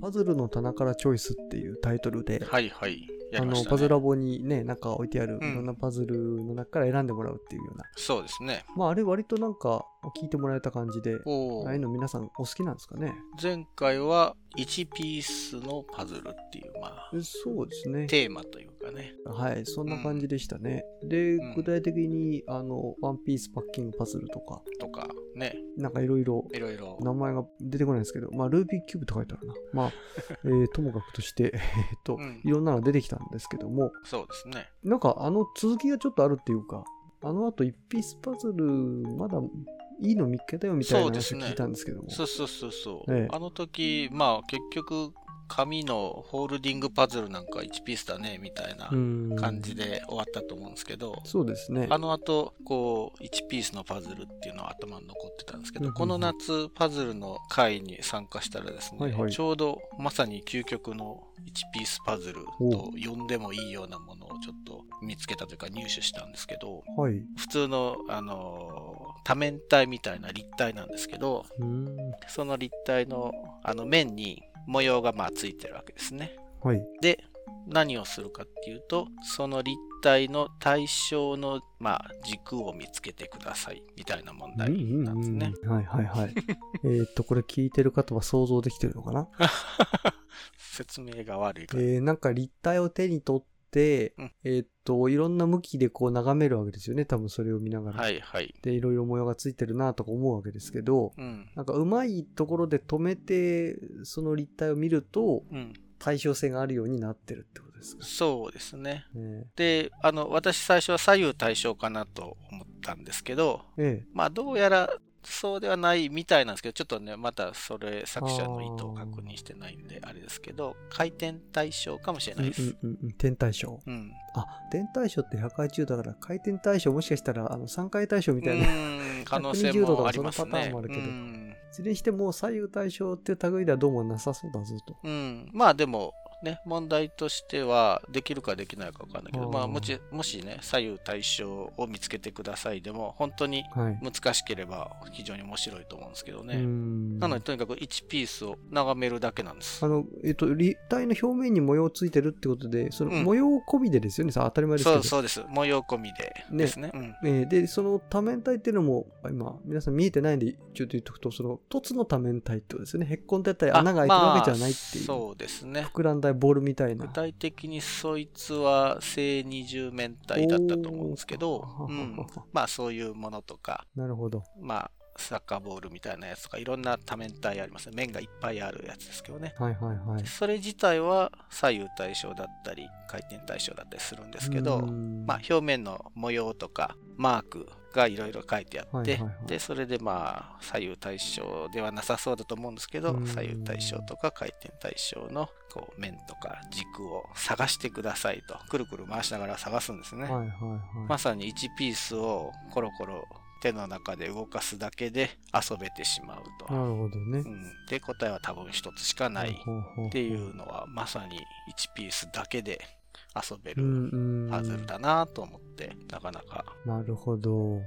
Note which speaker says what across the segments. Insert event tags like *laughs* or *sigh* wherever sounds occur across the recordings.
Speaker 1: パズルの棚からチョイスっていうタイトルで、
Speaker 2: はいはい。や
Speaker 1: あ
Speaker 2: りま
Speaker 1: の
Speaker 2: した、ね。
Speaker 1: パズラボにね、なんか置いてあるい
Speaker 2: うん
Speaker 1: ろんなパズルの中から選んでもらうっていうような、
Speaker 2: そうですね。
Speaker 1: まああれ割となんか聞いてもらえた感じで、
Speaker 2: お
Speaker 1: あ
Speaker 2: ー
Speaker 1: あいうの皆さんお好きなんですかね
Speaker 2: 前回は1ピースのパズルっていう、まあ、
Speaker 1: そうですね。
Speaker 2: テーマというかね。
Speaker 1: はい、そんな感じでしたね。で
Speaker 2: うん、
Speaker 1: 具体的に、あの、ワンピースパッキングパズルとか、
Speaker 2: とか、ね。
Speaker 1: なんかいろいろ
Speaker 2: いろいろ。
Speaker 1: 名前が出てこないんですけど、まあ、ルービーキューブって書いてあるな。ま
Speaker 2: *laughs*
Speaker 1: あ、えーともかくとして、えーっと
Speaker 2: うん、
Speaker 1: いろんなの出てきたんですけども、
Speaker 2: そうですね。
Speaker 1: なんかあの続きがちょっとあるっていうか、あの後一ピースパズル、まだいいの見っけたよみたいな
Speaker 2: そうです
Speaker 1: 話を
Speaker 2: ね
Speaker 1: 聞いたんですけども。
Speaker 2: そうそうそうそう。
Speaker 1: ええ
Speaker 2: あの時、まあ結局、紙のホールディングパズルなんか1ピースだね、みたいな
Speaker 1: うん
Speaker 2: 感じで終わったと思うんですけど、
Speaker 1: そうですね。
Speaker 2: あの後、こう、1ピースのパズルっていうのは頭に残ってたんですけ
Speaker 1: うんうん
Speaker 2: ど、
Speaker 1: うん
Speaker 2: この夏、パズルの会に参加したらですね、
Speaker 1: はいはい
Speaker 2: ちょうどまさに究極の1ピースパズルと呼んでもいいようなものをちょっと見つけたというか入手したんですけど、
Speaker 1: はい。う
Speaker 2: 普通の、あのー、多面体みたいな立体なんですけど、
Speaker 1: ーん。
Speaker 2: その立体のあの面に模様がまあついてるわけですね。
Speaker 1: はい。
Speaker 2: で何をするかっていうとその立体の対象の、まあ、軸を見つけてくださいみたいな問題なんですね。
Speaker 1: うんうんうんはいはいはい。 *laughs* えーっと、これ聞いてる方は想像できてるのかな
Speaker 2: *laughs* 説明が悪いから、
Speaker 1: えー、なんか立体を手に取って、
Speaker 2: うん
Speaker 1: えーっと、いろんな向きでこう眺めるわけですよね。多分それを見ながら。
Speaker 2: はいはい。
Speaker 1: で、いろいろ模様がついてるなとか思うわけですけど、
Speaker 2: うん。
Speaker 1: なんかうまいところで止めて、その立体を見ると、
Speaker 2: うん、
Speaker 1: 対称性があるようになってるってことですか
Speaker 2: そうですね。
Speaker 1: ね。
Speaker 2: で、あの、私最初は左右対称かなと思ったんですけど、
Speaker 1: ええ。
Speaker 2: まあ、どうやらそうではないみたいなんですけど、ちょっとね、またそれ作者の意図を確認してないんで、あれですけど、回転対称かもしれ
Speaker 1: う
Speaker 2: なんいです。
Speaker 1: うんうんうん、天対称。
Speaker 2: うん。
Speaker 1: あ、天対称って180だから、回転対称もしかしたら、あの、3回対称みたいな
Speaker 2: うーん可能性もあります
Speaker 1: 120度とかその
Speaker 2: ね。
Speaker 1: パターンもあるけど
Speaker 2: うん
Speaker 1: いずれにしても左右対称っていう類ではどうもなさそうだぞと。
Speaker 2: うん、まあでも、ね、問題としてはできるかできないか分かんないけど、
Speaker 1: あー
Speaker 2: まあ、もちもしね左右対称を見つけてくださいでも本当に
Speaker 1: はい。
Speaker 2: 難しければ非常に面白いと思うんですけど
Speaker 1: うー
Speaker 2: ね。
Speaker 1: ん
Speaker 2: なのでとにかく1ピースを眺めるだけなんです
Speaker 1: あ。の、えっと、立体の表面に模様ついてるってことで、その
Speaker 2: うん
Speaker 1: 模様込みでですよね、さ当たり前ですけ
Speaker 2: そ
Speaker 1: ど。
Speaker 2: うそうです。模様込みで
Speaker 1: ね
Speaker 2: ですね。うん
Speaker 1: えーで、その多面体っていうのも、今、皆さん見えてないんで、ちょっと言っとくと、その、凸の多面体ってことですよね。へっこんであったり、
Speaker 2: あ
Speaker 1: 穴が開いてるわけじゃないっていう。
Speaker 2: まあそうですね。
Speaker 1: 膨らんだボールみたいな。
Speaker 2: 具体的にそいつは正二十面体だったと思うんですけど、
Speaker 1: おー
Speaker 2: うんまあそういうものとか、
Speaker 1: なるほど。
Speaker 2: まあ、サッカーボールみたいなやつとかいろんな多面体ありますね面がいっぱいあるやつですけどね
Speaker 1: はいはいはい。
Speaker 2: それ自体は左右対称だったり回転対称だったりするんですけど、
Speaker 1: うーん
Speaker 2: まあ、表面の模様とかマークがいろいろ書いてあって、
Speaker 1: はいはいはい
Speaker 2: でそれでまあ左右対称ではなさそうだと思うんですけど
Speaker 1: うん
Speaker 2: 左右対称とか回転対称のこう面とか軸を探してくださいとくるくる回しながら探すんですね、
Speaker 1: はいはいはい。
Speaker 2: まさに1ピースをコロコロ手の中で動かすだけで遊べてしまうと、
Speaker 1: なるほどね
Speaker 2: う。ん、で答えは多分一つしかないっ
Speaker 1: ほうほうほう
Speaker 2: ていうのはまさに1ピースだけで遊べ
Speaker 1: う
Speaker 2: る
Speaker 1: んうん
Speaker 2: パズルだなと思って、なかなか。
Speaker 1: なるほど。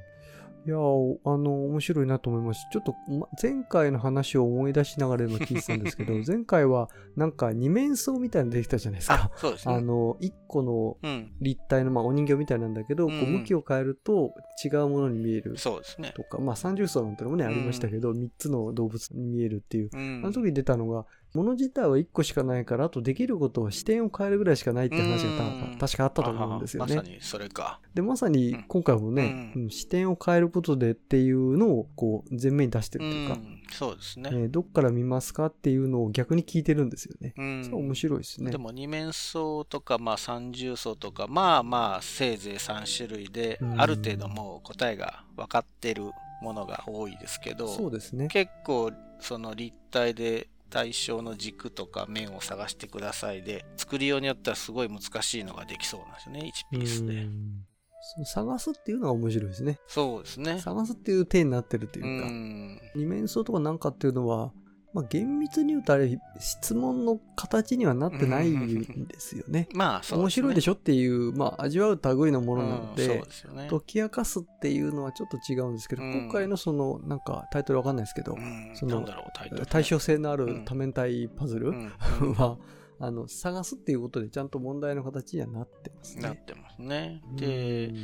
Speaker 1: いやおあの面白いなと思いますちょっとま前回の話を思い出しながら今聞いてたん
Speaker 2: *laughs*
Speaker 1: ですけど前回はなんか二面相みたいなのできたじゃないです
Speaker 2: あ
Speaker 1: か、
Speaker 2: そうです
Speaker 1: あ
Speaker 2: ね。
Speaker 1: の一個の
Speaker 2: うん、
Speaker 1: 立体の、まあ、お人形みたいなんだけど、こ
Speaker 2: うん
Speaker 1: う
Speaker 2: うん
Speaker 1: 向きを変えると違うものに見える
Speaker 2: そうですね。
Speaker 1: とか、まあ、三重層なんてのもね、
Speaker 2: うん
Speaker 1: ありましたけど3つの動物に見えるっていう、
Speaker 2: うん。
Speaker 1: あの時に出たのが物自体は1個しかないからあとできることは視点を変えるぐらいしかないって話がた
Speaker 2: うん
Speaker 1: 確かあったと思うんですよね
Speaker 2: あははまさにそれか。
Speaker 1: でまさに今回もね、
Speaker 2: うん
Speaker 1: うん視点を変えることでっていうのをこう前面に出してる
Speaker 2: う
Speaker 1: というか、
Speaker 2: ん、そうですね。
Speaker 1: えーどっから見ますかっていうのを逆に聞いてるんですよね。
Speaker 2: うん
Speaker 1: それは面白いですね。
Speaker 2: でも二面相とか、まあ、三重相とかまあまあせいぜい3種類で
Speaker 1: うん
Speaker 2: ある程度もう答えが分かってるものが多いですけど、
Speaker 1: そうですね。
Speaker 2: 結構その立体で対象の軸とか面を探してくださいで作りようによってはすごい難しいのができそうなんですよね1ピースで、
Speaker 1: うんその探すっていうのが面白いですね。
Speaker 2: そうですね
Speaker 1: 探すっていう手になってるといううか、
Speaker 2: ん
Speaker 1: 二面相とかなんかっていうのはまあ、厳密に言うとあれ、質問の形にはなってないんですよね。
Speaker 2: まあそう
Speaker 1: 面白いで
Speaker 2: し
Speaker 1: しょっていう、まあ、味わう類のも
Speaker 2: ょ
Speaker 1: のなの
Speaker 2: うん、
Speaker 1: で
Speaker 2: そう、ですよね。
Speaker 1: 解き明かすっていうのはちょっと違うんですけど、
Speaker 2: うん
Speaker 1: 今回のその、なんかタイトルわかんないですけど
Speaker 2: う、ん、
Speaker 1: その
Speaker 2: なんだろうタイトルね
Speaker 1: 対称性のあ
Speaker 2: う
Speaker 1: る
Speaker 2: ん
Speaker 1: 多面体パズル *laughs*
Speaker 2: うん
Speaker 1: は、あの、探すっていうことでちゃんと問題の形にはなってます
Speaker 2: なっ
Speaker 1: ね。
Speaker 2: てますね。
Speaker 1: う
Speaker 2: で、
Speaker 1: ん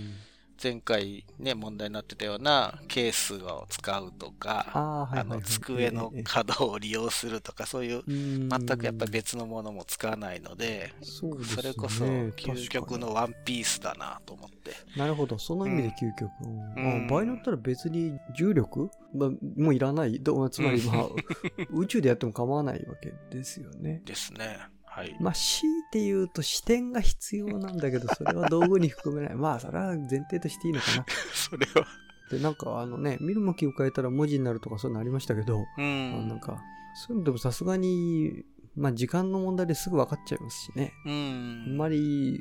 Speaker 2: 前回ね、問題になってたようなケースを使うとか、
Speaker 1: あーはい
Speaker 2: あ
Speaker 1: はいは
Speaker 2: の
Speaker 1: い
Speaker 2: 机の
Speaker 1: えええ
Speaker 2: 角を利用するとか、そういう
Speaker 1: えうん
Speaker 2: 全くやっぱり別のものも使わないので、
Speaker 1: そうですね
Speaker 2: それこそ究極のワンピースだなと思って。
Speaker 1: なるほど、その意味で究極。
Speaker 2: うん
Speaker 1: あ場合によったら別に重力、まあ、もういらない。どつまり、まあ、宇宙でやっても構わないわけですよね。
Speaker 2: ですね。はい。
Speaker 1: まあ、強いて言うと視点が必要なんだけど、それは道具に含めない。 *laughs* まあ、それは前提としていいのかな。
Speaker 2: それは。
Speaker 1: で、なんかあのね、見る向きを変えたら文字になるとかそういうのありましたけど、
Speaker 2: う
Speaker 1: あなん
Speaker 2: ん。
Speaker 1: か、そういうのでもさすがに、まあ、時間の問題ですぐ分かっちゃいますしね。
Speaker 2: う
Speaker 1: あ
Speaker 2: ん。
Speaker 1: んまり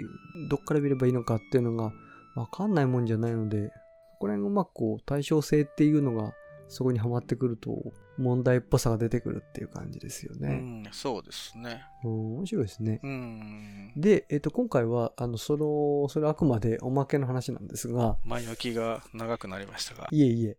Speaker 1: どっから見ればいいのかっていうのが分かんないもんじゃないのでそこら辺がうまくこう対称性っていうのがそこにはまってくると問題っぽさが出てくるっていう感じですよ
Speaker 2: う
Speaker 1: ね。
Speaker 2: ん、そうですね。
Speaker 1: うん、面白いですね。
Speaker 2: うん。
Speaker 1: で、えっと今回はあのそのそれはあくまでおまけの話なんですが
Speaker 2: 前置きが長くなりましたが。
Speaker 1: いえいえ。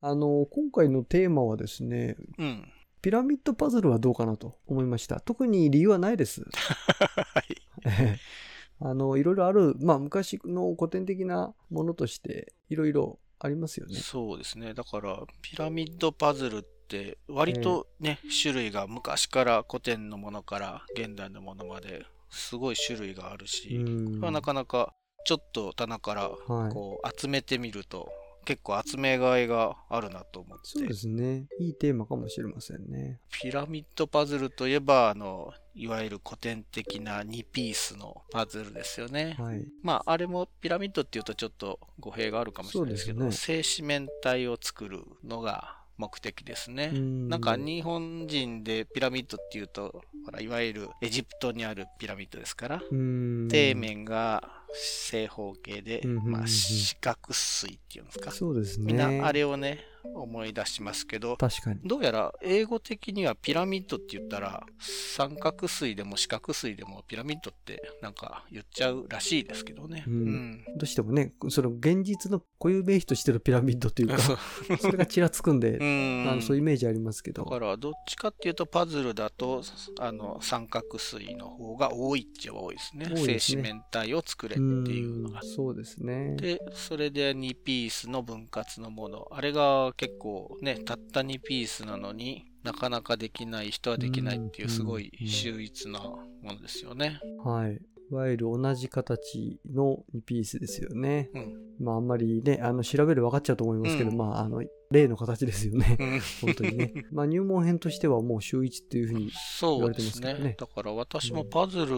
Speaker 1: あの今回のテーマはですね
Speaker 2: うん。
Speaker 1: ピラミッドパズルはどうかなと思いました。特に理由はないです。
Speaker 2: はい。
Speaker 1: ええ *laughs* あの、いろいろある、まあ、昔の古典的なものとして、いろいろありますよね。
Speaker 2: そうですね。だから、ピラミッドパズルって、割とね、種類が昔から古典のものから現代のものまで、すごい種類があるし、
Speaker 1: ん
Speaker 2: これはなかなか、ちょっと棚から、
Speaker 1: はい。
Speaker 2: こう、集めてみると、結構集めがいがあるなと思っ
Speaker 1: そう
Speaker 2: て
Speaker 1: で。すね。いいテーマかもしれませんね。
Speaker 2: ピラミッドパズルといえば、あの、いわゆる古典的な2ピースのパズルですよね。
Speaker 1: はい。
Speaker 2: まあ、あれもピラミッドっていうとちょっと語弊があるかもしれないですけど、
Speaker 1: そうです
Speaker 2: 正四面体を作るのが目的ですね。
Speaker 1: うん
Speaker 2: なんか日本人でピラミッドっていうと、ほら、いわゆるエジプトにあるピラミッドですから、
Speaker 1: うん。
Speaker 2: 底面が正方形で、
Speaker 1: うんうんうんうん
Speaker 2: まあ、四角錐っていうんですか。
Speaker 1: そうですね。
Speaker 2: みんなあれをね、思い出しますけど、
Speaker 1: 確かに。
Speaker 2: どうやら英語的にはピラミッドって言ったら三角錐でも四角錐でもピラミッドってなんか言っちゃうらしいですけどね。
Speaker 1: うん
Speaker 2: うん。
Speaker 1: どうしてもね、その現実の固有名詞としてのピラミッドという
Speaker 2: *laughs*
Speaker 1: か、 *laughs* それがちらつくんで、
Speaker 2: うん
Speaker 1: あのそういうイメージありますけど。
Speaker 2: だからどっちかっていうとパズルだとあの三角錐の方が多いっちゃ多いですね。
Speaker 1: 多い
Speaker 2: 正
Speaker 1: ですね
Speaker 2: 四面体を作れっていうのが
Speaker 1: ん。そうですね。
Speaker 2: で、それで2ピースの分割のもの。あれが結構ね、たった2ピースなのになかなかできない人はできないってい
Speaker 1: う
Speaker 2: う
Speaker 1: ん
Speaker 2: すごい
Speaker 1: うん
Speaker 2: 秀逸なものですよね。
Speaker 1: はい。いわゆる同じ形の2ピースですよね。
Speaker 2: うん
Speaker 1: まああんまりね、あの調べる分かっちゃうと思いますけど、
Speaker 2: うん
Speaker 1: まああの例の形ですよね。
Speaker 2: うん
Speaker 1: 本当
Speaker 2: *laughs*
Speaker 1: にね。まあ入門編としてはもう週一っていうふうに。
Speaker 2: そうです
Speaker 1: 言われてますけど
Speaker 2: ね
Speaker 1: ね。
Speaker 2: だから私もパズル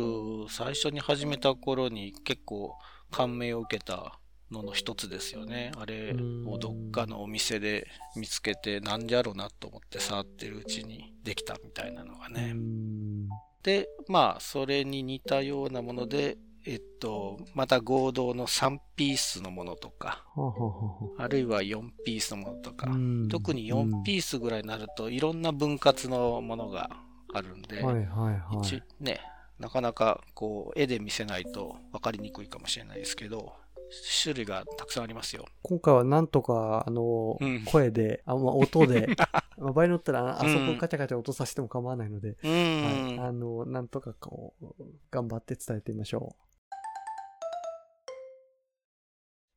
Speaker 2: 最初に始めた頃に結構感銘を受けたのの一つですよね。あれをどっかのお店で見つけてなんじゃろなと思って触ってるうちにできたみたいなのがね。
Speaker 1: うん
Speaker 2: で、まあそれに似たようなもので、えっと、また合同の3ピースのものとか、
Speaker 1: はあはあは
Speaker 2: あるいは4ピースのものと
Speaker 1: あ
Speaker 2: か
Speaker 1: はあ、うん
Speaker 2: 特に4ピースぐらいになるといろんな分割のものがあるんで、
Speaker 1: うんはいはいは
Speaker 2: 一
Speaker 1: い。
Speaker 2: ねなかなかこう絵で見せないと分かりにくいかもしれないですけど種類がたくさんありますよ。
Speaker 1: 今回はなんとか、あの、
Speaker 2: うん
Speaker 1: 声で、あまあ、音
Speaker 2: *laughs*
Speaker 1: で、まあ、場合によったら、ああそこカチャカチャ音させても構わないので、
Speaker 2: う
Speaker 1: はい、
Speaker 2: ん
Speaker 1: あの、なんとかこう、頑張って伝えてみましょ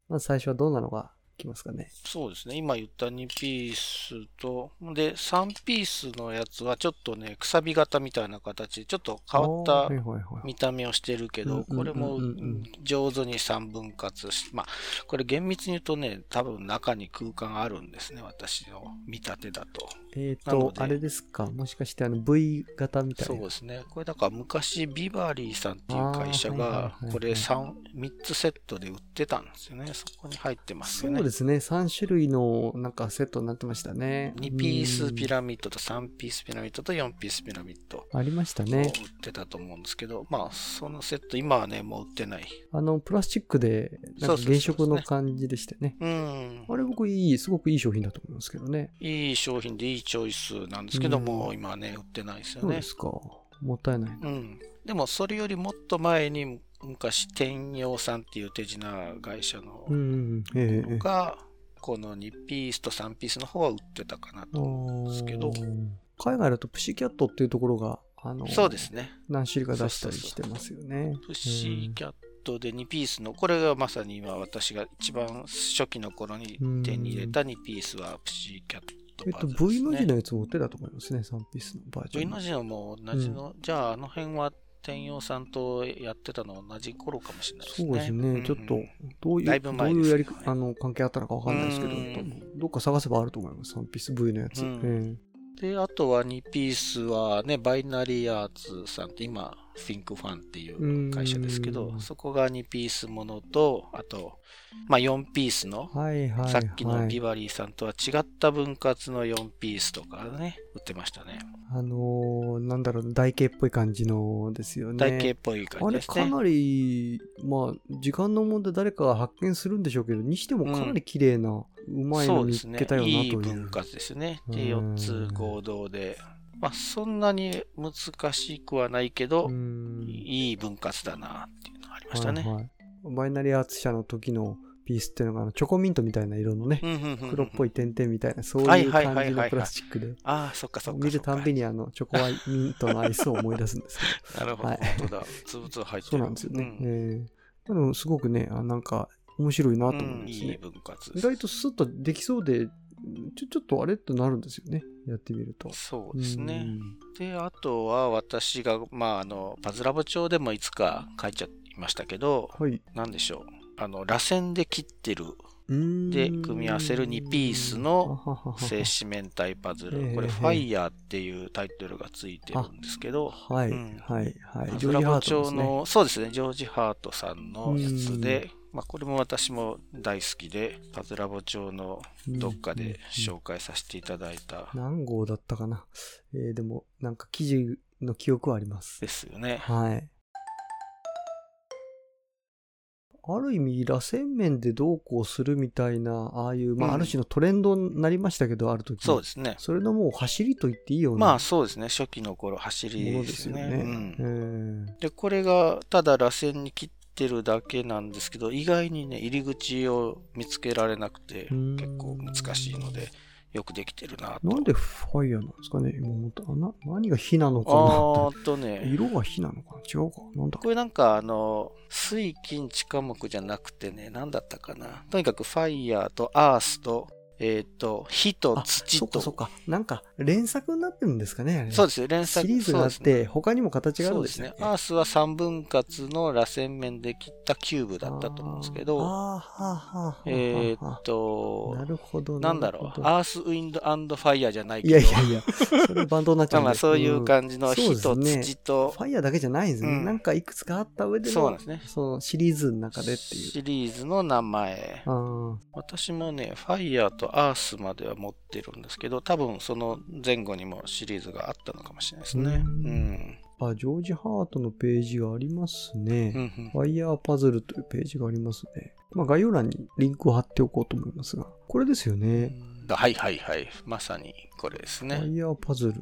Speaker 1: う。まず最初はどんなのが来ますかね。
Speaker 2: そうですね今言った2ピースとで3ピースのやつはちょっとねくさび型みたいな形ちょっと変わった
Speaker 1: あーはいはいはい
Speaker 2: 見た目をしてるけど、
Speaker 1: うん
Speaker 2: これも
Speaker 1: うんうんうん
Speaker 2: 上手に3分割し、まあ、これ厳密に言うとね、多分中に空間があるんですね、私の見立てだと。
Speaker 1: えっ、
Speaker 2: な
Speaker 1: と、
Speaker 2: ので
Speaker 1: あれですか、もしかしてあの V 型みたい
Speaker 2: そ
Speaker 1: な。
Speaker 2: うですね。これだから昔ビバリーさんっていう会社
Speaker 1: あーはいはい
Speaker 2: が
Speaker 1: はいはい
Speaker 2: これ 3, 3つセットで売ってたんですよね。そこに入ってますよね。
Speaker 1: そうでですね。3種類のなんかセットになってましたね。
Speaker 2: 2ピースピラミッドと3ピースピラミッドと4ピースピラミッド
Speaker 1: うんありました
Speaker 2: を売
Speaker 1: ね。
Speaker 2: ってたと思うんですけど、まあそのセット今はね、もう売ってない。
Speaker 1: あの、プラスチックで、な
Speaker 2: そ
Speaker 1: んか
Speaker 2: うそうそう
Speaker 1: 原色の感じでしたね。
Speaker 2: うん。
Speaker 1: あれ僕いい、すごくいい商品だと思いますけどね。
Speaker 2: いい商品でいいチョイスなんですけど
Speaker 1: うん
Speaker 2: も、う今はね、売ってないですよ
Speaker 1: そう
Speaker 2: ね
Speaker 1: で。すか。もったいないな。
Speaker 2: うん。でもそれよりもっと前に昔、天洋さんっていう手品会社の
Speaker 1: うんうんうん。ええええ。
Speaker 2: が、この2ピースと3ピースの方は売ってたかなと思うんですけど、
Speaker 1: 海外だとプシキャットっていうところが、あの、
Speaker 2: そうですね。
Speaker 1: 何種類か出したりしてますよね。
Speaker 2: プッシーキャットで2ピースの、これがまさに今私が一番初期の頃に手に入れた2ピースはプッシーキャット
Speaker 1: えっ
Speaker 2: バ
Speaker 1: と、
Speaker 2: ージョ
Speaker 1: V の
Speaker 2: ンです
Speaker 1: 字
Speaker 2: ね。
Speaker 1: のやつも売ってたと思いますね、3ピースのバージョ
Speaker 2: V
Speaker 1: ン。
Speaker 2: の字のも同じの、じゃああの辺は天陽さんとやってたの同じ頃かもしれないですね。
Speaker 1: そうですね、ちょっと
Speaker 2: うん、
Speaker 1: どういう、
Speaker 2: だいぶ
Speaker 1: どう
Speaker 2: 前です
Speaker 1: いうやり
Speaker 2: けどね
Speaker 1: あの関係あったのかわかんないですけど、
Speaker 2: うん
Speaker 1: どっか探せばあると思います、3ピース V のやつ。
Speaker 2: うん
Speaker 1: え
Speaker 2: で、あとは2ピースはね、バイナリーアーツさんって今、フィンクファンっていう会社ですけ
Speaker 1: う
Speaker 2: ど、
Speaker 1: ん
Speaker 2: そこが2ピースものと、あと、まあ4ピースの
Speaker 1: えはいはいはい。
Speaker 2: さっきのビバリーさんとは違った分割の4ピースとかね、売ってましたね。
Speaker 1: あのーなんだろう、台形っぽい感じのですよね。
Speaker 2: 台形っぽい感
Speaker 1: あ
Speaker 2: じ
Speaker 1: れ
Speaker 2: ですね。
Speaker 1: かなり、まあ、時間の問題誰かが発見するんでしょうけど、にしてもかなり綺麗な、うまい
Speaker 2: そ
Speaker 1: の
Speaker 2: うで
Speaker 1: 見
Speaker 2: す
Speaker 1: つ
Speaker 2: ね
Speaker 1: けたよ。なという。
Speaker 2: いい分割ですね。で、
Speaker 1: うん
Speaker 2: 4つ合同で。まあ、そんなに難しくはないけど
Speaker 1: う、ん
Speaker 2: いい分割だなっていうのがありましたね。
Speaker 1: はいはいバイナリーアーツ社の時のピースっていうのがあのチョコミントみたいな色のね、黒っぽ
Speaker 2: い。
Speaker 1: い点々みたいな、そう
Speaker 2: はいいうはいはいは
Speaker 1: 感
Speaker 2: い
Speaker 1: じ
Speaker 2: は
Speaker 1: の
Speaker 2: い
Speaker 1: プラスチックで、
Speaker 2: ああ、そっかそっかそっか。
Speaker 1: 見るたんびにあのチョコミントのアイスを思い出
Speaker 2: *laughs*
Speaker 1: すんですけど、
Speaker 2: なるほど、
Speaker 1: はい
Speaker 2: 本当だ。つぶつぶ入ってる。
Speaker 1: そうなんですよね。
Speaker 2: うん
Speaker 1: えーでもすごくね、あなんか面白いなと思い
Speaker 2: うん
Speaker 1: ま
Speaker 2: い
Speaker 1: す
Speaker 2: い
Speaker 1: ね。
Speaker 2: 分割で
Speaker 1: 意
Speaker 2: す。
Speaker 1: 外とスッとできそうで、ちょちょっとあれってなるんですよね、やってみると。
Speaker 2: そうですね。で、あとは私が、まあ、あの、パズラボ帳でもいつか書いちゃいましたけど、
Speaker 1: うん。はい。
Speaker 2: なんでしょう。あの、螺旋で切ってる
Speaker 1: で
Speaker 2: で組み合わせる2ピースの正四面体パズ
Speaker 1: ええ
Speaker 2: ル。これ、ファイヤーっていうタイトルがついてるんですけど、
Speaker 1: はい、
Speaker 2: うん
Speaker 1: はい、はい。
Speaker 2: パ
Speaker 1: ジ
Speaker 2: ズ
Speaker 1: ョー
Speaker 2: ラ
Speaker 1: ジハ
Speaker 2: ボ
Speaker 1: ートで
Speaker 2: 帳
Speaker 1: すね。
Speaker 2: の、そうですね、ジョージ・ハートさんのやつで、まあ、これも私も大好きで、パズラボ帳のどっかで紹介させていただいた
Speaker 1: 何号だったかな。えーでも、なんか記事の記憶はあります
Speaker 2: で。すよね。
Speaker 1: はい。ある意味、螺旋面でどうこうするみたいな、ああいう、ま
Speaker 2: う
Speaker 1: あ、
Speaker 2: ん
Speaker 1: ある種のトレンドになりましたけど、ある時
Speaker 2: そうですね。
Speaker 1: それのもう走りと言っていいような
Speaker 2: ま
Speaker 1: も
Speaker 2: あそうですね、初期の頃走り
Speaker 1: の
Speaker 2: で
Speaker 1: です
Speaker 2: す
Speaker 1: よ
Speaker 2: ね。
Speaker 1: ね。
Speaker 2: うん
Speaker 1: え
Speaker 2: で、これがただ螺旋に切ってるだけなんですけど、意外にね、入り口を見つけられなくて、
Speaker 1: うん
Speaker 2: 結構難しいので、よくできてるなと。
Speaker 1: ーなんでファイヤーなんですかねもうな何が火なのか
Speaker 2: あー
Speaker 1: な
Speaker 2: っとね、
Speaker 1: 色が火なのかな違うかなんだ
Speaker 2: これなんかあの、水金地下木じゃなくてね、何だったかな。とにかくファイヤーとアースと、えっ、と、火と
Speaker 1: あそ
Speaker 2: 土
Speaker 1: っか
Speaker 2: と。
Speaker 1: そっか。なんですよね連作になってるんですかねあれね
Speaker 2: そうですよ、連
Speaker 1: シ
Speaker 2: 作
Speaker 1: リーズがあっ
Speaker 2: そうですね
Speaker 1: て、他にも形がある
Speaker 2: そ
Speaker 1: んで
Speaker 2: うですす
Speaker 1: よ
Speaker 2: ね。アースは3分割の螺旋面で切ったキューブだったと思うんですけど、
Speaker 1: あーはあはあはあ
Speaker 2: えー
Speaker 1: はあ
Speaker 2: っ
Speaker 1: な
Speaker 2: と、
Speaker 1: るほど。
Speaker 2: なんだろう、
Speaker 1: あ
Speaker 2: アース、ウィンド、アンド、ファイヤーじゃないけ
Speaker 1: い
Speaker 2: ど、
Speaker 1: やいやいや、それバンドになっち
Speaker 2: ま
Speaker 1: ゃ
Speaker 2: あ
Speaker 1: うん
Speaker 2: *laughs* まあ
Speaker 1: で
Speaker 2: そういう感じ
Speaker 1: う
Speaker 2: の
Speaker 1: んそう
Speaker 2: 火
Speaker 1: です
Speaker 2: と
Speaker 1: ね
Speaker 2: 土と
Speaker 1: フ、ァイヤーだけじゃないんですね。
Speaker 2: うん
Speaker 1: なんかいくつかあった上での、
Speaker 2: そうなんですね。
Speaker 1: そのシリーズの中でっていう。
Speaker 2: シリーズの名前。
Speaker 1: あ
Speaker 2: 私もね、ファイヤーとアースまでは持ってるんですけど、多分その前後にもシリーズがあったのかもしれないですね。
Speaker 1: うん
Speaker 2: うん。
Speaker 1: ーあ、ジョージ・ハートのページがありますね。
Speaker 2: うんうん
Speaker 1: ファイヤーパズルというページがありますね。まあ概要欄にリンクを貼っておこうと思いますが、これですよね。
Speaker 2: だはいはいはい。まさにこれです
Speaker 1: フ
Speaker 2: ね。
Speaker 1: ァイヤーパズル。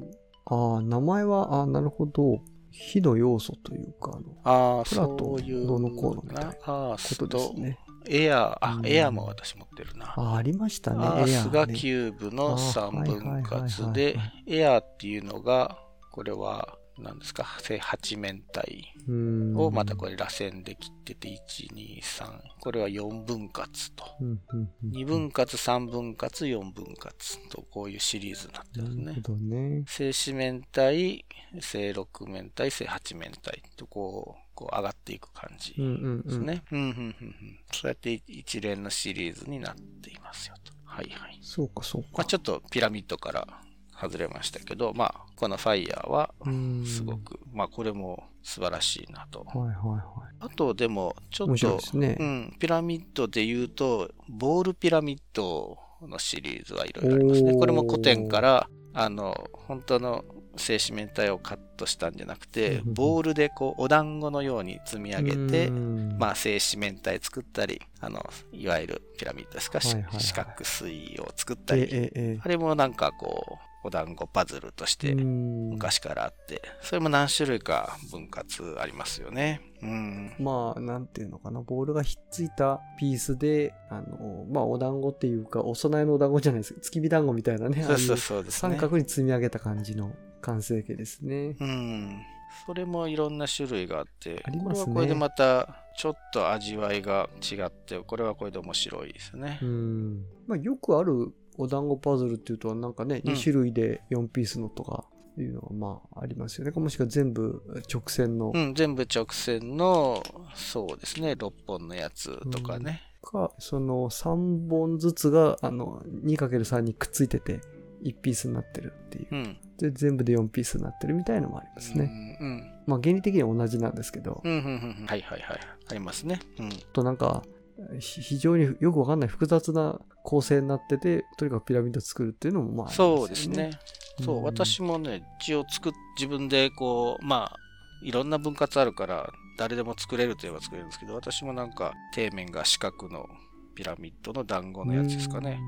Speaker 1: ああ、名前は、ああ、なるほど。火の要素というか、あの、こ
Speaker 2: ああ、
Speaker 1: プラトン
Speaker 2: そういう
Speaker 1: どうのこうのみたいな
Speaker 2: アース
Speaker 1: とです
Speaker 2: と
Speaker 1: ね。
Speaker 2: エアー、あ
Speaker 1: う、ん
Speaker 2: エアーも私持ってるな。
Speaker 1: ああ、ありましたね。
Speaker 2: アースがキ
Speaker 1: ュ
Speaker 2: ューブの3分割
Speaker 1: あーはいはいはい
Speaker 2: で
Speaker 1: はい、
Speaker 2: エアーっていうのが、これは、何ですか、正八面体
Speaker 1: ー
Speaker 2: をまたこ
Speaker 1: れ。
Speaker 2: れ螺旋で切ってて、1、2、3。これは4分割と。
Speaker 1: うんうんうん
Speaker 2: 2分割、3分割、4分割と、こういうシリーズになってます
Speaker 1: なる
Speaker 2: ね。
Speaker 1: ほどね。
Speaker 2: 正四面体、正六面体、正八面体とこう、こう上がっていく感じ
Speaker 1: うん
Speaker 2: で
Speaker 1: うんう
Speaker 2: す
Speaker 1: ん。
Speaker 2: ね。うん、うん、うん、うん。そうやって一連のシリーズになっていますよと。はいはい。
Speaker 1: そうかそうか。
Speaker 2: まあ、ちょっとピラミッドから外れましたけど、まあ、このファイヤーは
Speaker 1: うん
Speaker 2: すご。く、まあ、これも素晴らしいなと。
Speaker 1: はいはいはい。
Speaker 2: あと、でも、ちょ
Speaker 1: 面
Speaker 2: っ
Speaker 1: 白い
Speaker 2: と
Speaker 1: で、すね
Speaker 2: う。ん、ピラミッドで言うと、ボールピラミッドのシリーズはいろいろありますね。
Speaker 1: おー
Speaker 2: これも古典から、あの、本当の製紙面体をカットしたんじゃなくて
Speaker 1: う、んうん
Speaker 2: ボールでこう、お団子のように積み上げて、ま
Speaker 1: あ、
Speaker 2: あ、静止面体作ったり、あの、いわゆるピラミッドですか、
Speaker 1: はいはいはい
Speaker 2: 四角錐を作った
Speaker 1: え
Speaker 2: り、
Speaker 1: えええ
Speaker 2: あれもなんかこう、お団子パズルとし
Speaker 1: え。
Speaker 2: て
Speaker 1: うん
Speaker 2: 昔からあって、それも何種類か分割ありますよね。うん。
Speaker 1: まあ、なんていうのかな、ボールがひっついたピースで、あの、まあ、お団子っていうか、お供えのお団子じゃないです月見団子みたいなね、
Speaker 2: そうそう
Speaker 1: あ
Speaker 2: そうです
Speaker 1: あいう
Speaker 2: ね。
Speaker 1: 三角に積み上げた感じの完成形ですね。
Speaker 2: うん。それもいろんな種類があって、
Speaker 1: ありますね
Speaker 2: これはこれでまたちょっと味わいが違って、これはこれで面白いですね
Speaker 1: う。ん。まあ、よくあるお団子パズルっていうと、なんかね、
Speaker 2: うん
Speaker 1: 2種類で4ピースのとかいうのが、まあ、ありますよね。もしくは全部直線の
Speaker 2: うん、全部直線の、そうですね、6本のやつとかね。
Speaker 1: か、その3本ずつが、あの、2×3 にくっついてて、1ピースになってるっていう。
Speaker 2: うん。
Speaker 1: で、全部で4ピースになってるみたいのもありますね。
Speaker 2: うん。うん
Speaker 1: まあ原理的には同じなんですけど、
Speaker 2: うんうんうんうんはいはいはい。ありますね。うん。
Speaker 1: となんかひ非常によくわかんない複雑な構成になってて、とにかくピラミッド作るっていうのもまあありますよ、
Speaker 2: そうですね。そう、
Speaker 1: うん
Speaker 2: 私もね、一応作っ、自分でこう、まあ、いろんな分割あるから、誰でも作れるといえば作れるんですけど、私もなんか、底面が四角のピラミッドの団子のやつですかね。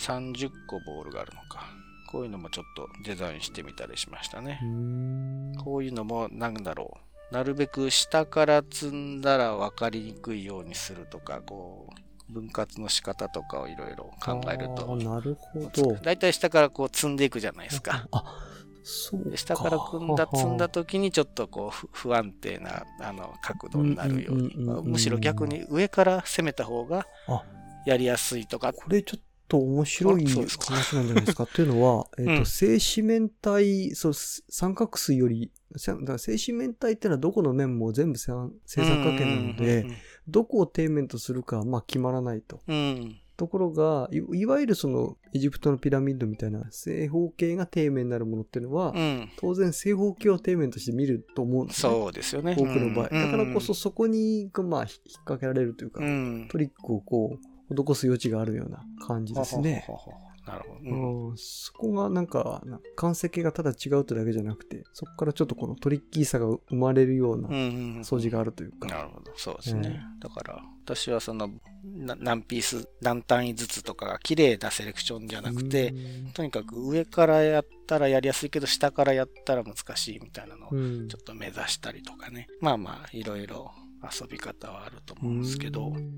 Speaker 2: 30個ボールがあるのか。こういうのもちょっとデザインしてみたりしましたね
Speaker 1: う。ん。うーん
Speaker 2: こういうのもなんだろう。なるべく下から積んだら分かりにくいようにするとか、こう、分割の仕方とかをいろいろ考える
Speaker 1: あ
Speaker 2: と
Speaker 1: ーなるほど。
Speaker 2: 大体下からこう積んでいくじゃないですか。
Speaker 1: あ、そう
Speaker 2: で
Speaker 1: か。
Speaker 2: 下から組んだ積んだ
Speaker 1: と。
Speaker 2: 時にちょっとこうふ不安定なあの角度になるように
Speaker 1: うんうんうんうん
Speaker 2: まあむしろ逆に上から攻めた方が
Speaker 1: あ
Speaker 2: やりやすいとか
Speaker 1: これちょっと面白い
Speaker 2: あそうですか
Speaker 1: 話なんじゃないです
Speaker 2: *laughs*
Speaker 1: か。というのは、えっ、
Speaker 2: うん
Speaker 1: と、正四面体、そう、三角錐より、さだから正四面体っていうのはどこの面も全部三正三角形なので、どこを底面とするかはまあ決まらないと。
Speaker 2: うんうんうんうん
Speaker 1: ところがい、いわゆるそのエジプトのピラミッドみたいな正方形が底面になるものっていうのは、
Speaker 2: うん
Speaker 1: 当然正方形を底面として見ると思うんですね。
Speaker 2: そうですよね
Speaker 1: 多くの場合。
Speaker 2: う
Speaker 1: だ
Speaker 2: ん
Speaker 1: からこそそこに、まあ、ひ引っ掛けられるというか、
Speaker 2: うん
Speaker 1: トリックをこう、施す余地があるような感じですね。
Speaker 2: ほほほほなるほどうん
Speaker 1: うん、そこがなんか、な関石がただ違うというだけじゃなくて、そこからちょっとこのトリッキーさが生まれるよう
Speaker 2: う
Speaker 1: なん
Speaker 2: うんうん
Speaker 1: 素地があるという
Speaker 2: な
Speaker 1: か。
Speaker 2: るほどそうですねだから私はそのな何ピース何単位ずつとかが綺麗なセレクションじゃなくて
Speaker 1: うん
Speaker 2: とにかく上からやったらやりやすいけど下からやったら難しいみたいなのを
Speaker 1: うん
Speaker 2: ちょっと目指したりとかねまあまあいろいろ遊び方はあると思うんですけど
Speaker 1: うん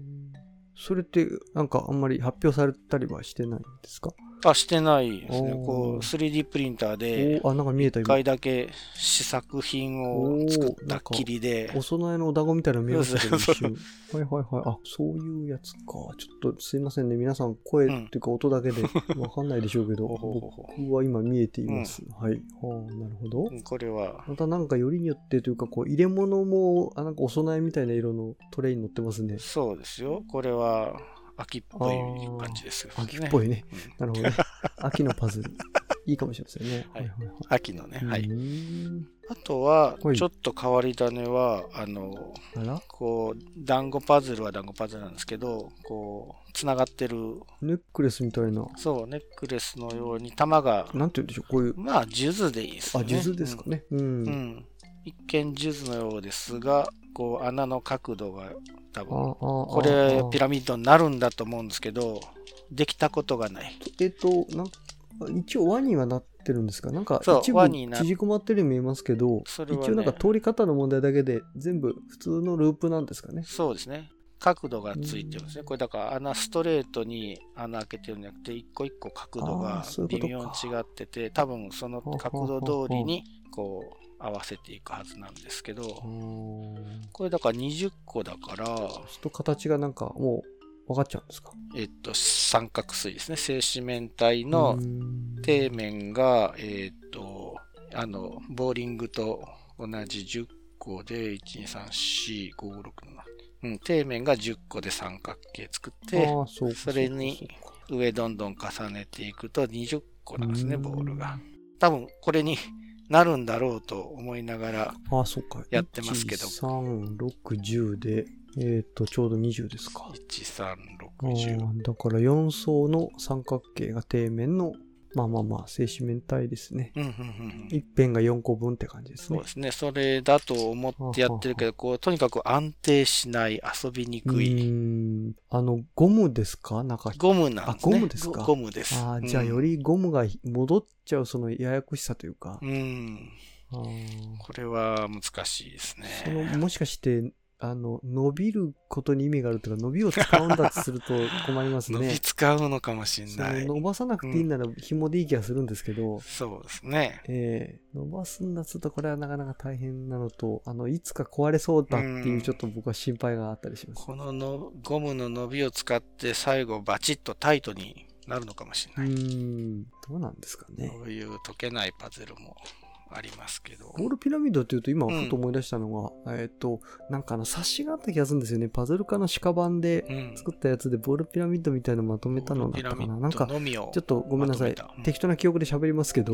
Speaker 1: それってなんかあんまり発表されたりはしてないんですか、
Speaker 2: あしてないですね
Speaker 1: おー
Speaker 2: こう 3D プリンターで
Speaker 1: おあなんか見えた
Speaker 2: 1
Speaker 1: 今
Speaker 2: 回だけ試作品を作ったっきりで
Speaker 1: お供えのお団子みたいなの見えましたけど
Speaker 2: そう
Speaker 1: 一
Speaker 2: そ
Speaker 1: 瞬
Speaker 2: う
Speaker 1: はいはいはいあそういうやつかちょっとすいませんね皆さん声っていうか音だけ
Speaker 2: *laughs*
Speaker 1: でわかんないでしょうけど、
Speaker 2: ほうほうほうほう
Speaker 1: 僕は今見えています、はいはあなるほど、
Speaker 2: うんこれは
Speaker 1: またなんかよりによってというかこう入れ物もあなんかお供えみたいな色のトレイに乗ってますね
Speaker 2: そうですよこれは秋っぽい感じですよね
Speaker 1: 秋っぽいね
Speaker 2: う
Speaker 1: な
Speaker 2: ん
Speaker 1: るほど
Speaker 2: *laughs*
Speaker 1: ね秋のパズルいいかもしれませんね、
Speaker 2: は
Speaker 1: はい
Speaker 2: い
Speaker 1: はいはい
Speaker 2: 秋のねはいう
Speaker 1: ーん
Speaker 2: あとは
Speaker 1: はい
Speaker 2: ちょっと変わり種はあの
Speaker 1: あら
Speaker 2: こう団子パズルは団子パズルなんですけどこうつながってる
Speaker 1: ネックレスみたいな、
Speaker 2: そうネックレスのように玉が
Speaker 1: なんて言うんでしょう、こういう、
Speaker 2: まあ数珠でいいです
Speaker 1: あ、
Speaker 2: よね
Speaker 1: 数珠ですかね。う。
Speaker 2: うん、うんん一見数珠のようですがこう穴の角度が多
Speaker 1: あ
Speaker 2: 分
Speaker 1: あ、こ
Speaker 2: これピラミッドになるんだと思うんですけどできたことがない
Speaker 1: えっと、なん一応輪にはなってるんですかなんか
Speaker 2: そう
Speaker 1: 一部
Speaker 2: 輪にな
Speaker 1: 縮こまってるように見えますけど、
Speaker 2: それはね
Speaker 1: 一応なんか通り方の問題だけで全部普通のループなんですかね。
Speaker 2: そうですね角度がついてるんですねこれだから穴ストレートに穴開けてるんじゃなくて一個一個角度
Speaker 1: あー
Speaker 2: が
Speaker 1: そういう
Speaker 2: 微
Speaker 1: ことか
Speaker 2: 妙に違ってて多分その角度通りにこう合わせていくはずなんですけ
Speaker 1: うー
Speaker 2: ど
Speaker 1: ん
Speaker 2: これだから20個だから
Speaker 1: そうすると形がなんかもう分かっちゃうんですか
Speaker 2: えっと、三角錐ですね。正四面体
Speaker 1: う
Speaker 2: の
Speaker 1: ーん
Speaker 2: 底面が、えっと、あの、ボーリングと同じ10個で、1、2、3、4、5、6、7。うん、底面が10個で三角形作って、
Speaker 1: ああそうか
Speaker 2: それに
Speaker 1: そうかそうか
Speaker 2: 上どんどん重ねていくと20個なんですね、
Speaker 1: うん
Speaker 2: ボールが。多分これになるんだろうと思いながら、
Speaker 1: ああ、そっか。
Speaker 2: やってますけど
Speaker 1: 1、3、6、10で、えっ、と、ちょうど20ですか。
Speaker 2: 1、
Speaker 1: あ
Speaker 2: 3、6、10。
Speaker 1: ーだから4層の三角形が底面の、まあまあまあ、正四面体ですね。
Speaker 2: うんうんうんうん
Speaker 1: 一辺が4個分って感じです
Speaker 2: そう
Speaker 1: ね
Speaker 2: で。すね。それだと思ってやってるけど、こう、とにかく安定しない、遊びに
Speaker 1: う
Speaker 2: くい。
Speaker 1: ーん。あの、ゴムですか中あ
Speaker 2: ゴムなんですね。
Speaker 1: あゴムですか
Speaker 2: ゴゴムです。
Speaker 1: あー、じゃあよ
Speaker 2: り。
Speaker 1: りゴムが戻っちゃう、そのややこしさというか。
Speaker 2: うん。
Speaker 1: あー
Speaker 2: これは難しいです
Speaker 1: その
Speaker 2: ね。
Speaker 1: もしかして、あの、伸びることに意味があるというか、伸びを使うんだとすると困ります
Speaker 2: 伸び
Speaker 1: ね。
Speaker 2: 使うのかもしれ
Speaker 1: そ
Speaker 2: な
Speaker 1: の
Speaker 2: い。
Speaker 1: 伸ばさなくていいなら紐でいい気がするんですけど、
Speaker 2: そうですね。
Speaker 1: ええ伸ばすんだとするとこれはなかなか大変なのと、あの、いつか壊れそうだって
Speaker 2: う
Speaker 1: い
Speaker 2: ん
Speaker 1: うちょっと僕は心配があったりします。
Speaker 2: こののゴムの伸びを使って最後バチッとタイトになるのかもしれ
Speaker 1: う
Speaker 2: ない。
Speaker 1: ーん、どうなんですかね。
Speaker 2: そういう解けないパズルもありますけど。
Speaker 1: ゴールピラミッドっていうと今
Speaker 2: うん
Speaker 1: ふと思い出したのが、えっ、と、なんかあの冊子があった気がするんですよね。パズル化の屍
Speaker 2: う
Speaker 1: で
Speaker 2: ん。
Speaker 1: 作ったやつでボールピラミッドみたいのまとめたのだったかな。なんか
Speaker 2: ゴムピラミッドのみを
Speaker 1: ちょっとごめんなさい
Speaker 2: まとめたうん。
Speaker 1: 適当な記憶で喋ります
Speaker 2: *laughs*
Speaker 1: けど、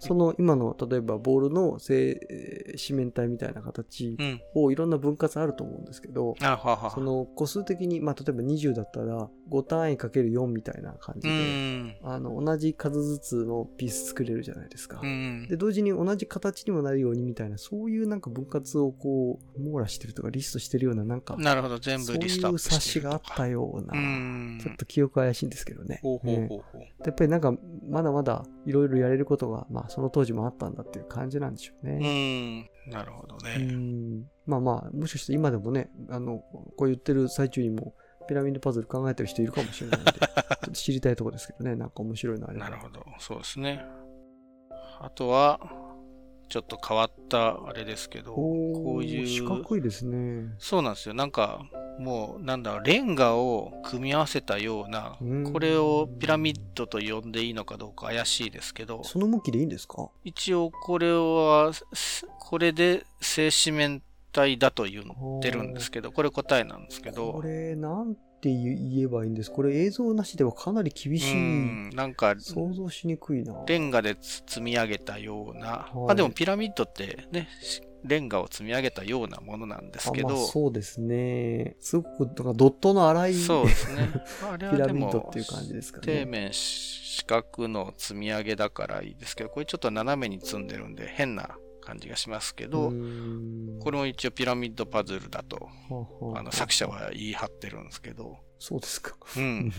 Speaker 1: その今の、例えばボールの正、えー四面体みたいな形
Speaker 2: うん。
Speaker 1: をいろんな分割あると思うんですけど、
Speaker 2: あははは。
Speaker 1: その個数的に、まあ、例えば20だったら5単位かける4みたいな感じで、
Speaker 2: うん。
Speaker 1: あの同じ数ずつのピース作れるじゃないですか。
Speaker 2: うん。
Speaker 1: で同時に同じ形にもなるようにみたいなそういうなんか分割をこう網羅してるとかリストしてるようななんか
Speaker 2: なるほど、全部リスト
Speaker 1: そ
Speaker 2: ア
Speaker 1: ういう
Speaker 2: ップして
Speaker 1: 冊子
Speaker 2: る
Speaker 1: があ
Speaker 2: と
Speaker 1: っ
Speaker 2: か
Speaker 1: たような、
Speaker 2: うん。
Speaker 1: ちょっと記憶怪しいんですけどね。
Speaker 2: ほうほ
Speaker 1: え
Speaker 2: う
Speaker 1: え
Speaker 2: ほうほう。
Speaker 1: やっぱりなんかまだまだいろいろやれることが、まあ、その当時もあったんだっていう感じなんでしょう
Speaker 2: う
Speaker 1: ね。
Speaker 2: ん。なるほど
Speaker 1: う
Speaker 2: ね。
Speaker 1: んまあまあもしかして今でもねあのこう言ってる最中にもピラミッドパズル考えてる人いるかもしれない
Speaker 2: *laughs*
Speaker 1: のでちょっと知りたいとこですけどねなんか面白いのあれば
Speaker 2: なるほど。そうですね。あとは、ちょっと変わったあれですけど、
Speaker 1: おー
Speaker 2: こういう。
Speaker 1: 四角いですね。
Speaker 2: そうなんですよ。なんか、もう、なんだろう、レンガを組み合わせたような
Speaker 1: うん、
Speaker 2: これをピラミッドと呼んでいいのかどうか怪しいですけど、
Speaker 1: その向きでいいんですか
Speaker 2: 一応これは、すこれで正四面体だと言ってるんですけど、これ答えなんですけど、
Speaker 1: これなんて言えばいいんですこれ映像なしではかなり厳し
Speaker 2: う
Speaker 1: い
Speaker 2: ん、なんか、
Speaker 1: 想像しにくいな。
Speaker 2: レンガでつ積み上げたような、
Speaker 1: はい
Speaker 2: まあでもピラミッドってね、しレンガを積み上げたようなものなんですけ
Speaker 1: あ
Speaker 2: ど、
Speaker 1: まあ、そうですね。すごく、だからドットの荒い
Speaker 2: そうで
Speaker 1: *laughs*
Speaker 2: すね。あれ
Speaker 1: ピ
Speaker 2: は
Speaker 1: ラ
Speaker 2: で
Speaker 1: ミッド
Speaker 2: も
Speaker 1: っていう感じですか
Speaker 2: 底
Speaker 1: ね。
Speaker 2: 面四角の積み上げだからいいですけど、これちょっと斜めに積んでるんで変な感じがしますけど、これも一応ピラミッドパズルだと、あの作者
Speaker 1: は
Speaker 2: は言い張ってるんですけど、
Speaker 1: そうですか。
Speaker 2: うん。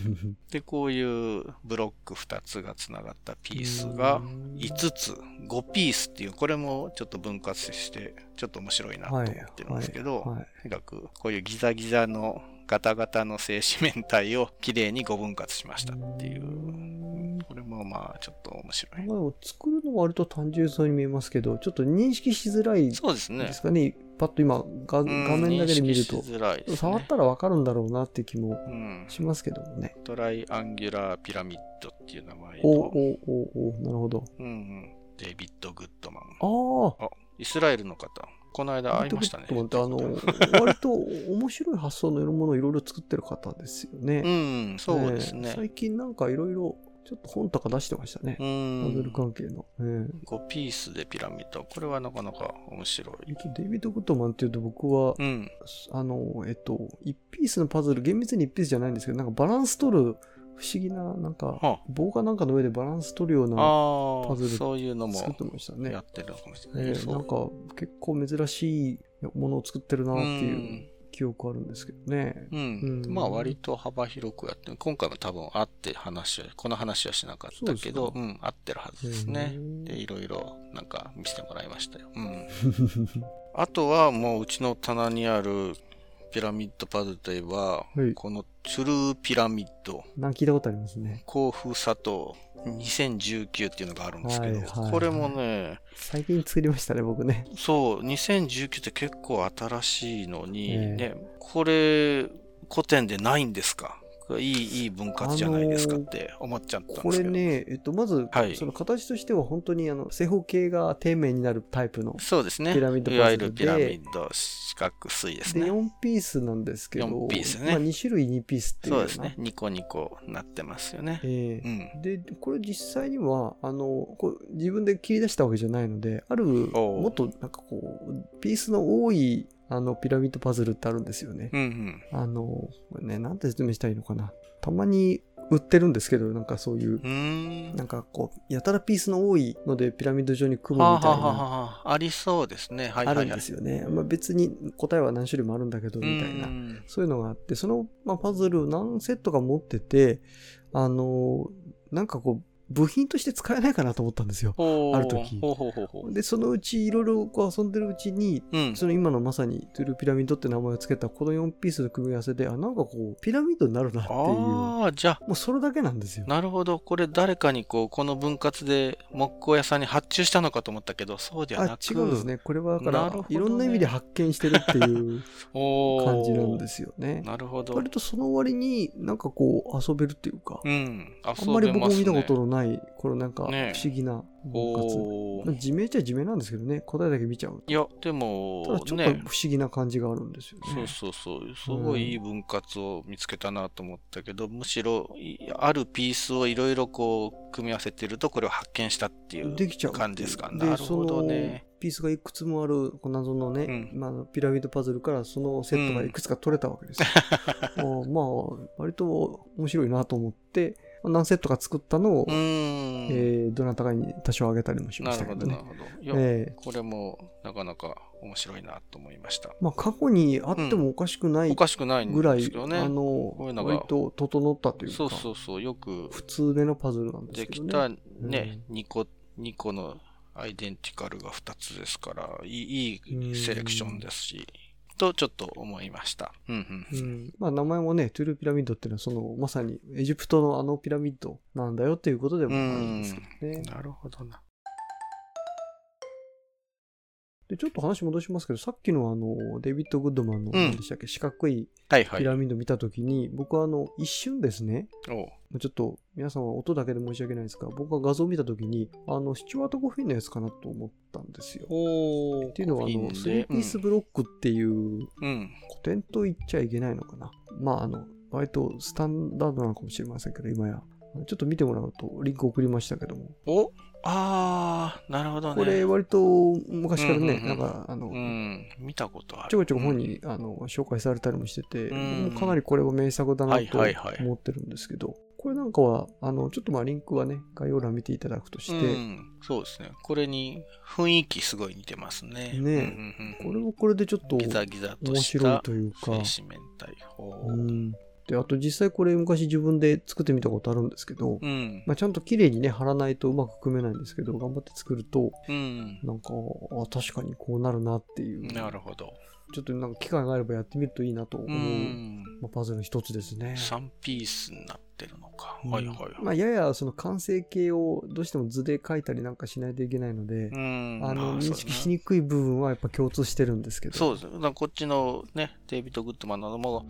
Speaker 2: で、こういうブロック2つがつながったピースが5つ、5ピースっていう、これもちょっと分割して、ちょっと面白いなと思ってるんですけ
Speaker 1: は
Speaker 2: ど、
Speaker 1: いはい
Speaker 2: とにかくこういうギザギザのガタガタの正四面体をきれいに5分割しましたっていうう、
Speaker 1: ん
Speaker 2: これもまあちょっと面白い。
Speaker 1: まあ作るのは割と単純そうに見えますけど、ちょっと認識しづらいで
Speaker 2: そうですね
Speaker 1: す。かね。パッと今画、
Speaker 2: うん
Speaker 1: 画面だけで見ると
Speaker 2: 認識し。づらいですね。
Speaker 1: 触ったらわかるんだろうなっていう気も
Speaker 2: うん。
Speaker 1: しますけどもね。
Speaker 2: トライアンギュラーピラミッドっていう名前
Speaker 1: お
Speaker 2: の、
Speaker 1: おおおなるほど。
Speaker 2: うんうん、デイビッド・グッドマン。
Speaker 1: ああ
Speaker 2: イスラエルの方。この間会いましたね。
Speaker 1: ちょっと待ってあの、割と面白い発想のものをいろいろ作ってる方ですよね。
Speaker 2: うん、そうですね。
Speaker 1: 最近なんかいろいろちょっと本とか出してましたね
Speaker 2: う。
Speaker 1: パズル
Speaker 2: ん。
Speaker 1: 関係の。ええ
Speaker 2: 5ピースでピラミッド。これはなかなか面白い。
Speaker 1: えっとデイビッド・グッドマンっていうと僕は、
Speaker 2: うん。
Speaker 1: あの、えっと、1ピースのパズル、厳密に1ピースじゃないんですけど、なんかバランス取る不思議な、なんか、
Speaker 2: は
Speaker 1: 棒かなんかの上でバランス取るような
Speaker 2: あ、あ
Speaker 1: パ
Speaker 2: あ
Speaker 1: ズル
Speaker 2: そういうの
Speaker 1: 作っ
Speaker 2: も
Speaker 1: てましたね
Speaker 2: や。ってるのかもしれない。
Speaker 1: ええ
Speaker 2: そう
Speaker 1: なんか結構珍しいものを作ってるなっていう
Speaker 2: う
Speaker 1: 記憶あるんですけどね。う
Speaker 2: ん。うんん、まあ割と幅広くやってる今回も多分会って話は、この話はしなかったけ
Speaker 1: そ
Speaker 2: ど、
Speaker 1: う
Speaker 2: うん、会ってるはずですね
Speaker 1: う。ん
Speaker 2: で、いろいろなんか見せてもらいましたよ。
Speaker 1: *laughs*
Speaker 2: うん。あとはもううちの棚にあるピラミッドパズルといえ
Speaker 1: は
Speaker 2: ば、
Speaker 1: い
Speaker 2: このトゥルーピラミッド、
Speaker 1: なんか聞いたことありますね。
Speaker 2: 甲府佐藤2019っていうのがあるんですけど、
Speaker 1: はいはいはい
Speaker 2: これもね、
Speaker 1: 最近作りましたね、僕ね。
Speaker 2: そう、2019って結構新しいのに、
Speaker 1: ええ
Speaker 2: ね、これ、古典でないんですかこれいい、いい分割じゃないですかって思っちゃったんですけど。
Speaker 1: これね、えっと、まず、
Speaker 2: はい
Speaker 1: その形としては本当にあの正方形が底面になるタイプの
Speaker 2: そうですね。
Speaker 1: ピラミッド
Speaker 2: い
Speaker 1: パズルで
Speaker 2: わゆるピラミッド四角錐です
Speaker 1: で
Speaker 2: ね。
Speaker 1: 4ピースなんですけど、
Speaker 2: 4ピースね
Speaker 1: まあ、2種類2ピースっていう
Speaker 2: そ
Speaker 1: よ
Speaker 2: う
Speaker 1: な
Speaker 2: ですね。。ニコニコなってますよね。
Speaker 1: え
Speaker 2: う
Speaker 1: え
Speaker 2: ん。
Speaker 1: で、これ実際には、あの、こう自分で切り出したわけじゃないので、ある、
Speaker 2: おう
Speaker 1: もっとなんかこう、ピースの多いあのピラミッドパズルってあるんですよね。
Speaker 2: うんうん。
Speaker 1: あの、これね、なんて説明したらいいのかな。たまに売ってるんですけど、なんかそういう
Speaker 2: う、ーん。
Speaker 1: なんかこう、やたらピースの多いので、ピラミッド状に組む
Speaker 2: は
Speaker 1: み
Speaker 2: あ、は
Speaker 1: たい
Speaker 2: あは
Speaker 1: な。
Speaker 2: あはあ、ありそうですね。はいは
Speaker 1: あ
Speaker 2: いは
Speaker 1: る
Speaker 2: い。
Speaker 1: んですよね。まあ、別に答えは何種類もあるんだけど、みたいな
Speaker 2: う。ん
Speaker 1: そういうのがあって、その、まあ、パズルを何セットか持ってて、あのーなんかこう、部品として使えないかなと思ったんですよ。
Speaker 2: ほう
Speaker 1: ある時
Speaker 2: ほうほうほうほう。
Speaker 1: で、そのうちいろいろこう遊んでるうちに、
Speaker 2: うん。
Speaker 1: その今のまさにトゥルーピラミッドって名前を付けたこの4ピースの組み合わせで、あ、なんかこう、ピラミッドになるなっていう、も
Speaker 2: ああ、じゃあ、
Speaker 1: うそれだけなんですよ。
Speaker 2: なるほど。これ誰かにこう、この分割で木工屋さんに発注したのかと思ったけど、そうじゃな
Speaker 1: あ
Speaker 2: く
Speaker 1: 違うんです。ね。これはだか
Speaker 2: な
Speaker 1: ら、
Speaker 2: るほどね
Speaker 1: いろんな意味で発見してるっていう
Speaker 2: *laughs* おー
Speaker 1: 感じなんですよね。
Speaker 2: なるほど。
Speaker 1: 割とその割になんかこう遊べるっていうか、
Speaker 2: うん。
Speaker 1: あんまり僕も見たこと
Speaker 2: ない。
Speaker 1: のない、このなんか不
Speaker 2: ねえ
Speaker 1: 思議な分割。
Speaker 2: お
Speaker 1: まあ
Speaker 2: ー
Speaker 1: 地名っちゃ地名なんですけどね、答えだけ見ちゃう。
Speaker 2: いや、で
Speaker 1: ただ
Speaker 2: も
Speaker 1: ち、ょっと不思
Speaker 2: ね。
Speaker 1: 議な感じがあるんですよね。
Speaker 2: そうそうそう。すごいいい分割を見つけたなと思ったけど、むしろ、いあるピースをいろいろこう、組み合わせてると、これを発見したっていう
Speaker 1: できちゃうっていう。
Speaker 2: 感じですか。なるほどね。
Speaker 1: そのピースがいくつもあるこう謎のね、
Speaker 2: うん
Speaker 1: まあ、ピラミッドパズルからそのセットがいくつか取れたわけです
Speaker 2: *laughs*
Speaker 1: よ。あまあ、割と面白いなと思って、まあ何セットか作ったのを、
Speaker 2: うーん。
Speaker 1: えーどなたかに多少あげたりもしま
Speaker 2: な
Speaker 1: し
Speaker 2: る
Speaker 1: た
Speaker 2: ほ
Speaker 1: け
Speaker 2: ど、
Speaker 1: ど
Speaker 2: なる
Speaker 1: ね。
Speaker 2: ほど。いや、
Speaker 1: ええ
Speaker 2: これもなかなか面白いなと思いました。
Speaker 1: まあ、過去にあってもおかしくない
Speaker 2: おかしくないん
Speaker 1: ぐら
Speaker 2: で
Speaker 1: い、
Speaker 2: すよね。
Speaker 1: あの
Speaker 2: ういうのが
Speaker 1: 割と整ったというか
Speaker 2: そうそうそう、よく
Speaker 1: 普通目のパズルなんです
Speaker 2: で
Speaker 1: け
Speaker 2: き
Speaker 1: どね。
Speaker 2: たね、2個、2個のアイデンティカルが2つですから、いいいいセレクションですし、とちょっと思いました。うん
Speaker 1: う
Speaker 2: うん。
Speaker 1: んまあ、名前もね、トゥルーピラミッドっていうのはその、まさにエジプトのあのピラミッドなんだよっていうことでもあるんですけどね。
Speaker 2: なるほどな。
Speaker 1: でちょっと話戻しますけど、さっきのあのデイビッド・グッドマンの、
Speaker 2: ん
Speaker 1: 何でしたっけ、四角い
Speaker 2: はいは
Speaker 1: ピ
Speaker 2: い。
Speaker 1: ラミッド見たときに、僕はあの一瞬ですね、
Speaker 2: おう
Speaker 1: もうちょっと皆さんは音だけで申し訳ないですが、僕は画像を見たときに、あのスチュワート・ゴフィンのやつかなと思ったんですよ。
Speaker 2: おー
Speaker 1: っていうのは、あ
Speaker 2: いい
Speaker 1: の、
Speaker 2: ん
Speaker 1: スリ
Speaker 2: で
Speaker 1: ーピースブロックっていう
Speaker 2: うんうん。
Speaker 1: 古典と言っちゃいけないのかな。まあ、あの、割とスタンダードなのかもしれませんけど、今や。ちょっと見てもらうと、リンク送りましたけども。
Speaker 2: おあー、なるほどね。
Speaker 1: これ、割と昔からね、
Speaker 2: うん
Speaker 1: な
Speaker 2: うんうん
Speaker 1: んか、あの、
Speaker 2: うん、見たことある。
Speaker 1: ちょこちょこ本に、あの紹介されたりもしてて、
Speaker 2: うん
Speaker 1: 僕もかなりこれは名作だな
Speaker 2: はい
Speaker 1: と
Speaker 2: はいはい
Speaker 1: 思ってるんですけど、これなんかは、あの、ちょっとまあ、リンクはね、概要欄見ていただくとして、
Speaker 2: うん、そうですねこれに雰囲気すごい似てます
Speaker 1: ねえ
Speaker 2: ねうんうんうん
Speaker 1: これもこれでちょっと
Speaker 2: ギザギザと
Speaker 1: 面
Speaker 2: し
Speaker 1: 白い
Speaker 2: た
Speaker 1: というか、
Speaker 2: 精子明太法
Speaker 1: うん。で、あと実際これ昔自分で作ってみたことあるんですけど、
Speaker 2: うん
Speaker 1: まあ、ちゃんと綺麗にね、貼らないとうまく組めないんですけど、頑張って作ると、
Speaker 2: うん
Speaker 1: なんか、あ確かにこうなるなっていう、
Speaker 2: なるほど
Speaker 1: ちょっとなんか機会があればやってみるといいなと思
Speaker 2: う
Speaker 1: う、
Speaker 2: ん
Speaker 1: まあ、パズルの一つですね。
Speaker 2: 3ピースになってるのか
Speaker 1: うん
Speaker 2: はいはいはい
Speaker 1: まあ、ややその完成形をどうしても図で描いたりなんかしないといけないので、
Speaker 2: うん
Speaker 1: あの、
Speaker 2: まあ
Speaker 1: 認識し
Speaker 2: そうだな
Speaker 1: にくい部分はやっぱ共通してるんですけど。
Speaker 2: そうですねだからこっちのねデイビッド・グッドマンなども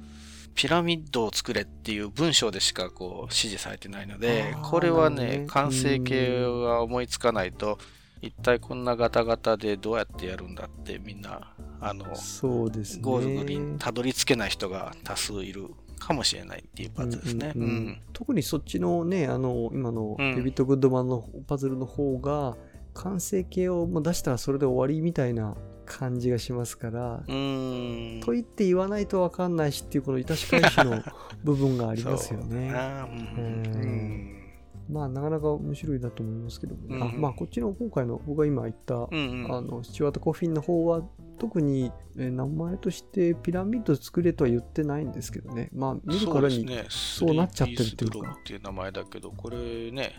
Speaker 2: ピラミッドを作れっていう文章でしかこう指示されてないので
Speaker 1: あー
Speaker 2: これは
Speaker 1: なるほど
Speaker 2: ね
Speaker 1: ね
Speaker 2: 完成形は思いつかないと一体こんなガタガタでどうやってやるんだってみんなあの
Speaker 1: そうですね。
Speaker 2: ゴールドにたどり着けない人が多数いるかもしれないっていうパズルですね。
Speaker 1: うんうんうん
Speaker 2: うん
Speaker 1: 特にそっちのねあの今の
Speaker 2: うん
Speaker 1: デビッド・グッドマンのパズルの方が完成形をもう出したらそれで終わりみたいな感じがしますから、
Speaker 2: うーん
Speaker 1: と言って言わないと分かんないしっていうこの致し返し
Speaker 2: *laughs*
Speaker 1: の部分がありますよ
Speaker 2: そうだ
Speaker 1: ね。
Speaker 2: なうん
Speaker 1: うんまあなかなか面白いなと思いますけどもね、
Speaker 2: うん
Speaker 1: あまあこっちの今回の僕が今言った、
Speaker 2: うんうん
Speaker 1: あのスチュワート・コフィンの方は特に、えー名前としてピラミッド作れとは言ってないんですけどねまあ見るからに
Speaker 2: そうですね
Speaker 1: そうなっちゃってるっていうか
Speaker 2: スリーピースブログっていう名前だけど、これね、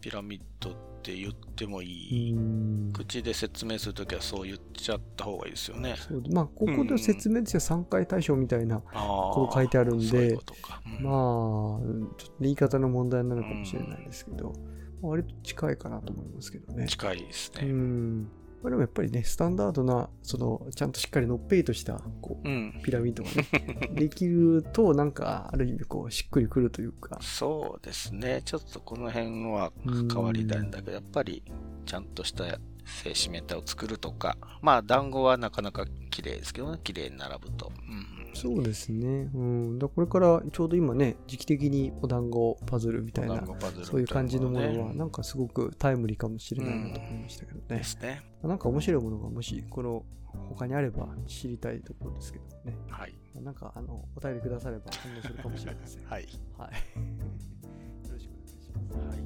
Speaker 2: ピラミッドって言っても
Speaker 1: う
Speaker 2: いい。
Speaker 1: ん
Speaker 2: 口で説明するときはそう言っちゃった方がいいですよね。
Speaker 1: そうまあここで説明ですよ3回対象みたいなこ
Speaker 2: こ
Speaker 1: う書いてあるん
Speaker 2: そうい
Speaker 1: で
Speaker 2: うことか。うん
Speaker 1: まあちょっと言い方の問題なのかもしれないですけど、割と近いかなと思いますけどね。
Speaker 2: 近いです
Speaker 1: う
Speaker 2: ね。
Speaker 1: んまあ、でもやっぱりねスタンダードなそのちゃんとしっかりのっぺりとしたこう
Speaker 2: うん。
Speaker 1: ピラミッドが、ね、
Speaker 2: *laughs*
Speaker 1: できるとなんかある意味こうしっくりくるというか
Speaker 2: そうですね。ちょっとこの辺は
Speaker 1: うん
Speaker 2: 変わりたいんだけど、やっぱりちゃんとした製紙メタを作るとか、まあ団子はなかなか綺麗ですけどね、綺麗に並ぶと。うん
Speaker 1: そうですねうんだからこれからちょうど今ね時期的にお団子パズルみた
Speaker 2: うん。
Speaker 1: いな
Speaker 2: 団子パズルみたいなね
Speaker 1: そういう感じのものはなんかすごくタイムリーかもしれないなと思いましたけどね、
Speaker 2: ですね。
Speaker 1: なんか面白いものがもしこの他にあれば知りたいところですけどね
Speaker 2: はい。
Speaker 1: なんかあのお便りくだされば反応するかもしれません
Speaker 2: はい。
Speaker 1: はい *laughs* よろしくお願いします
Speaker 2: はい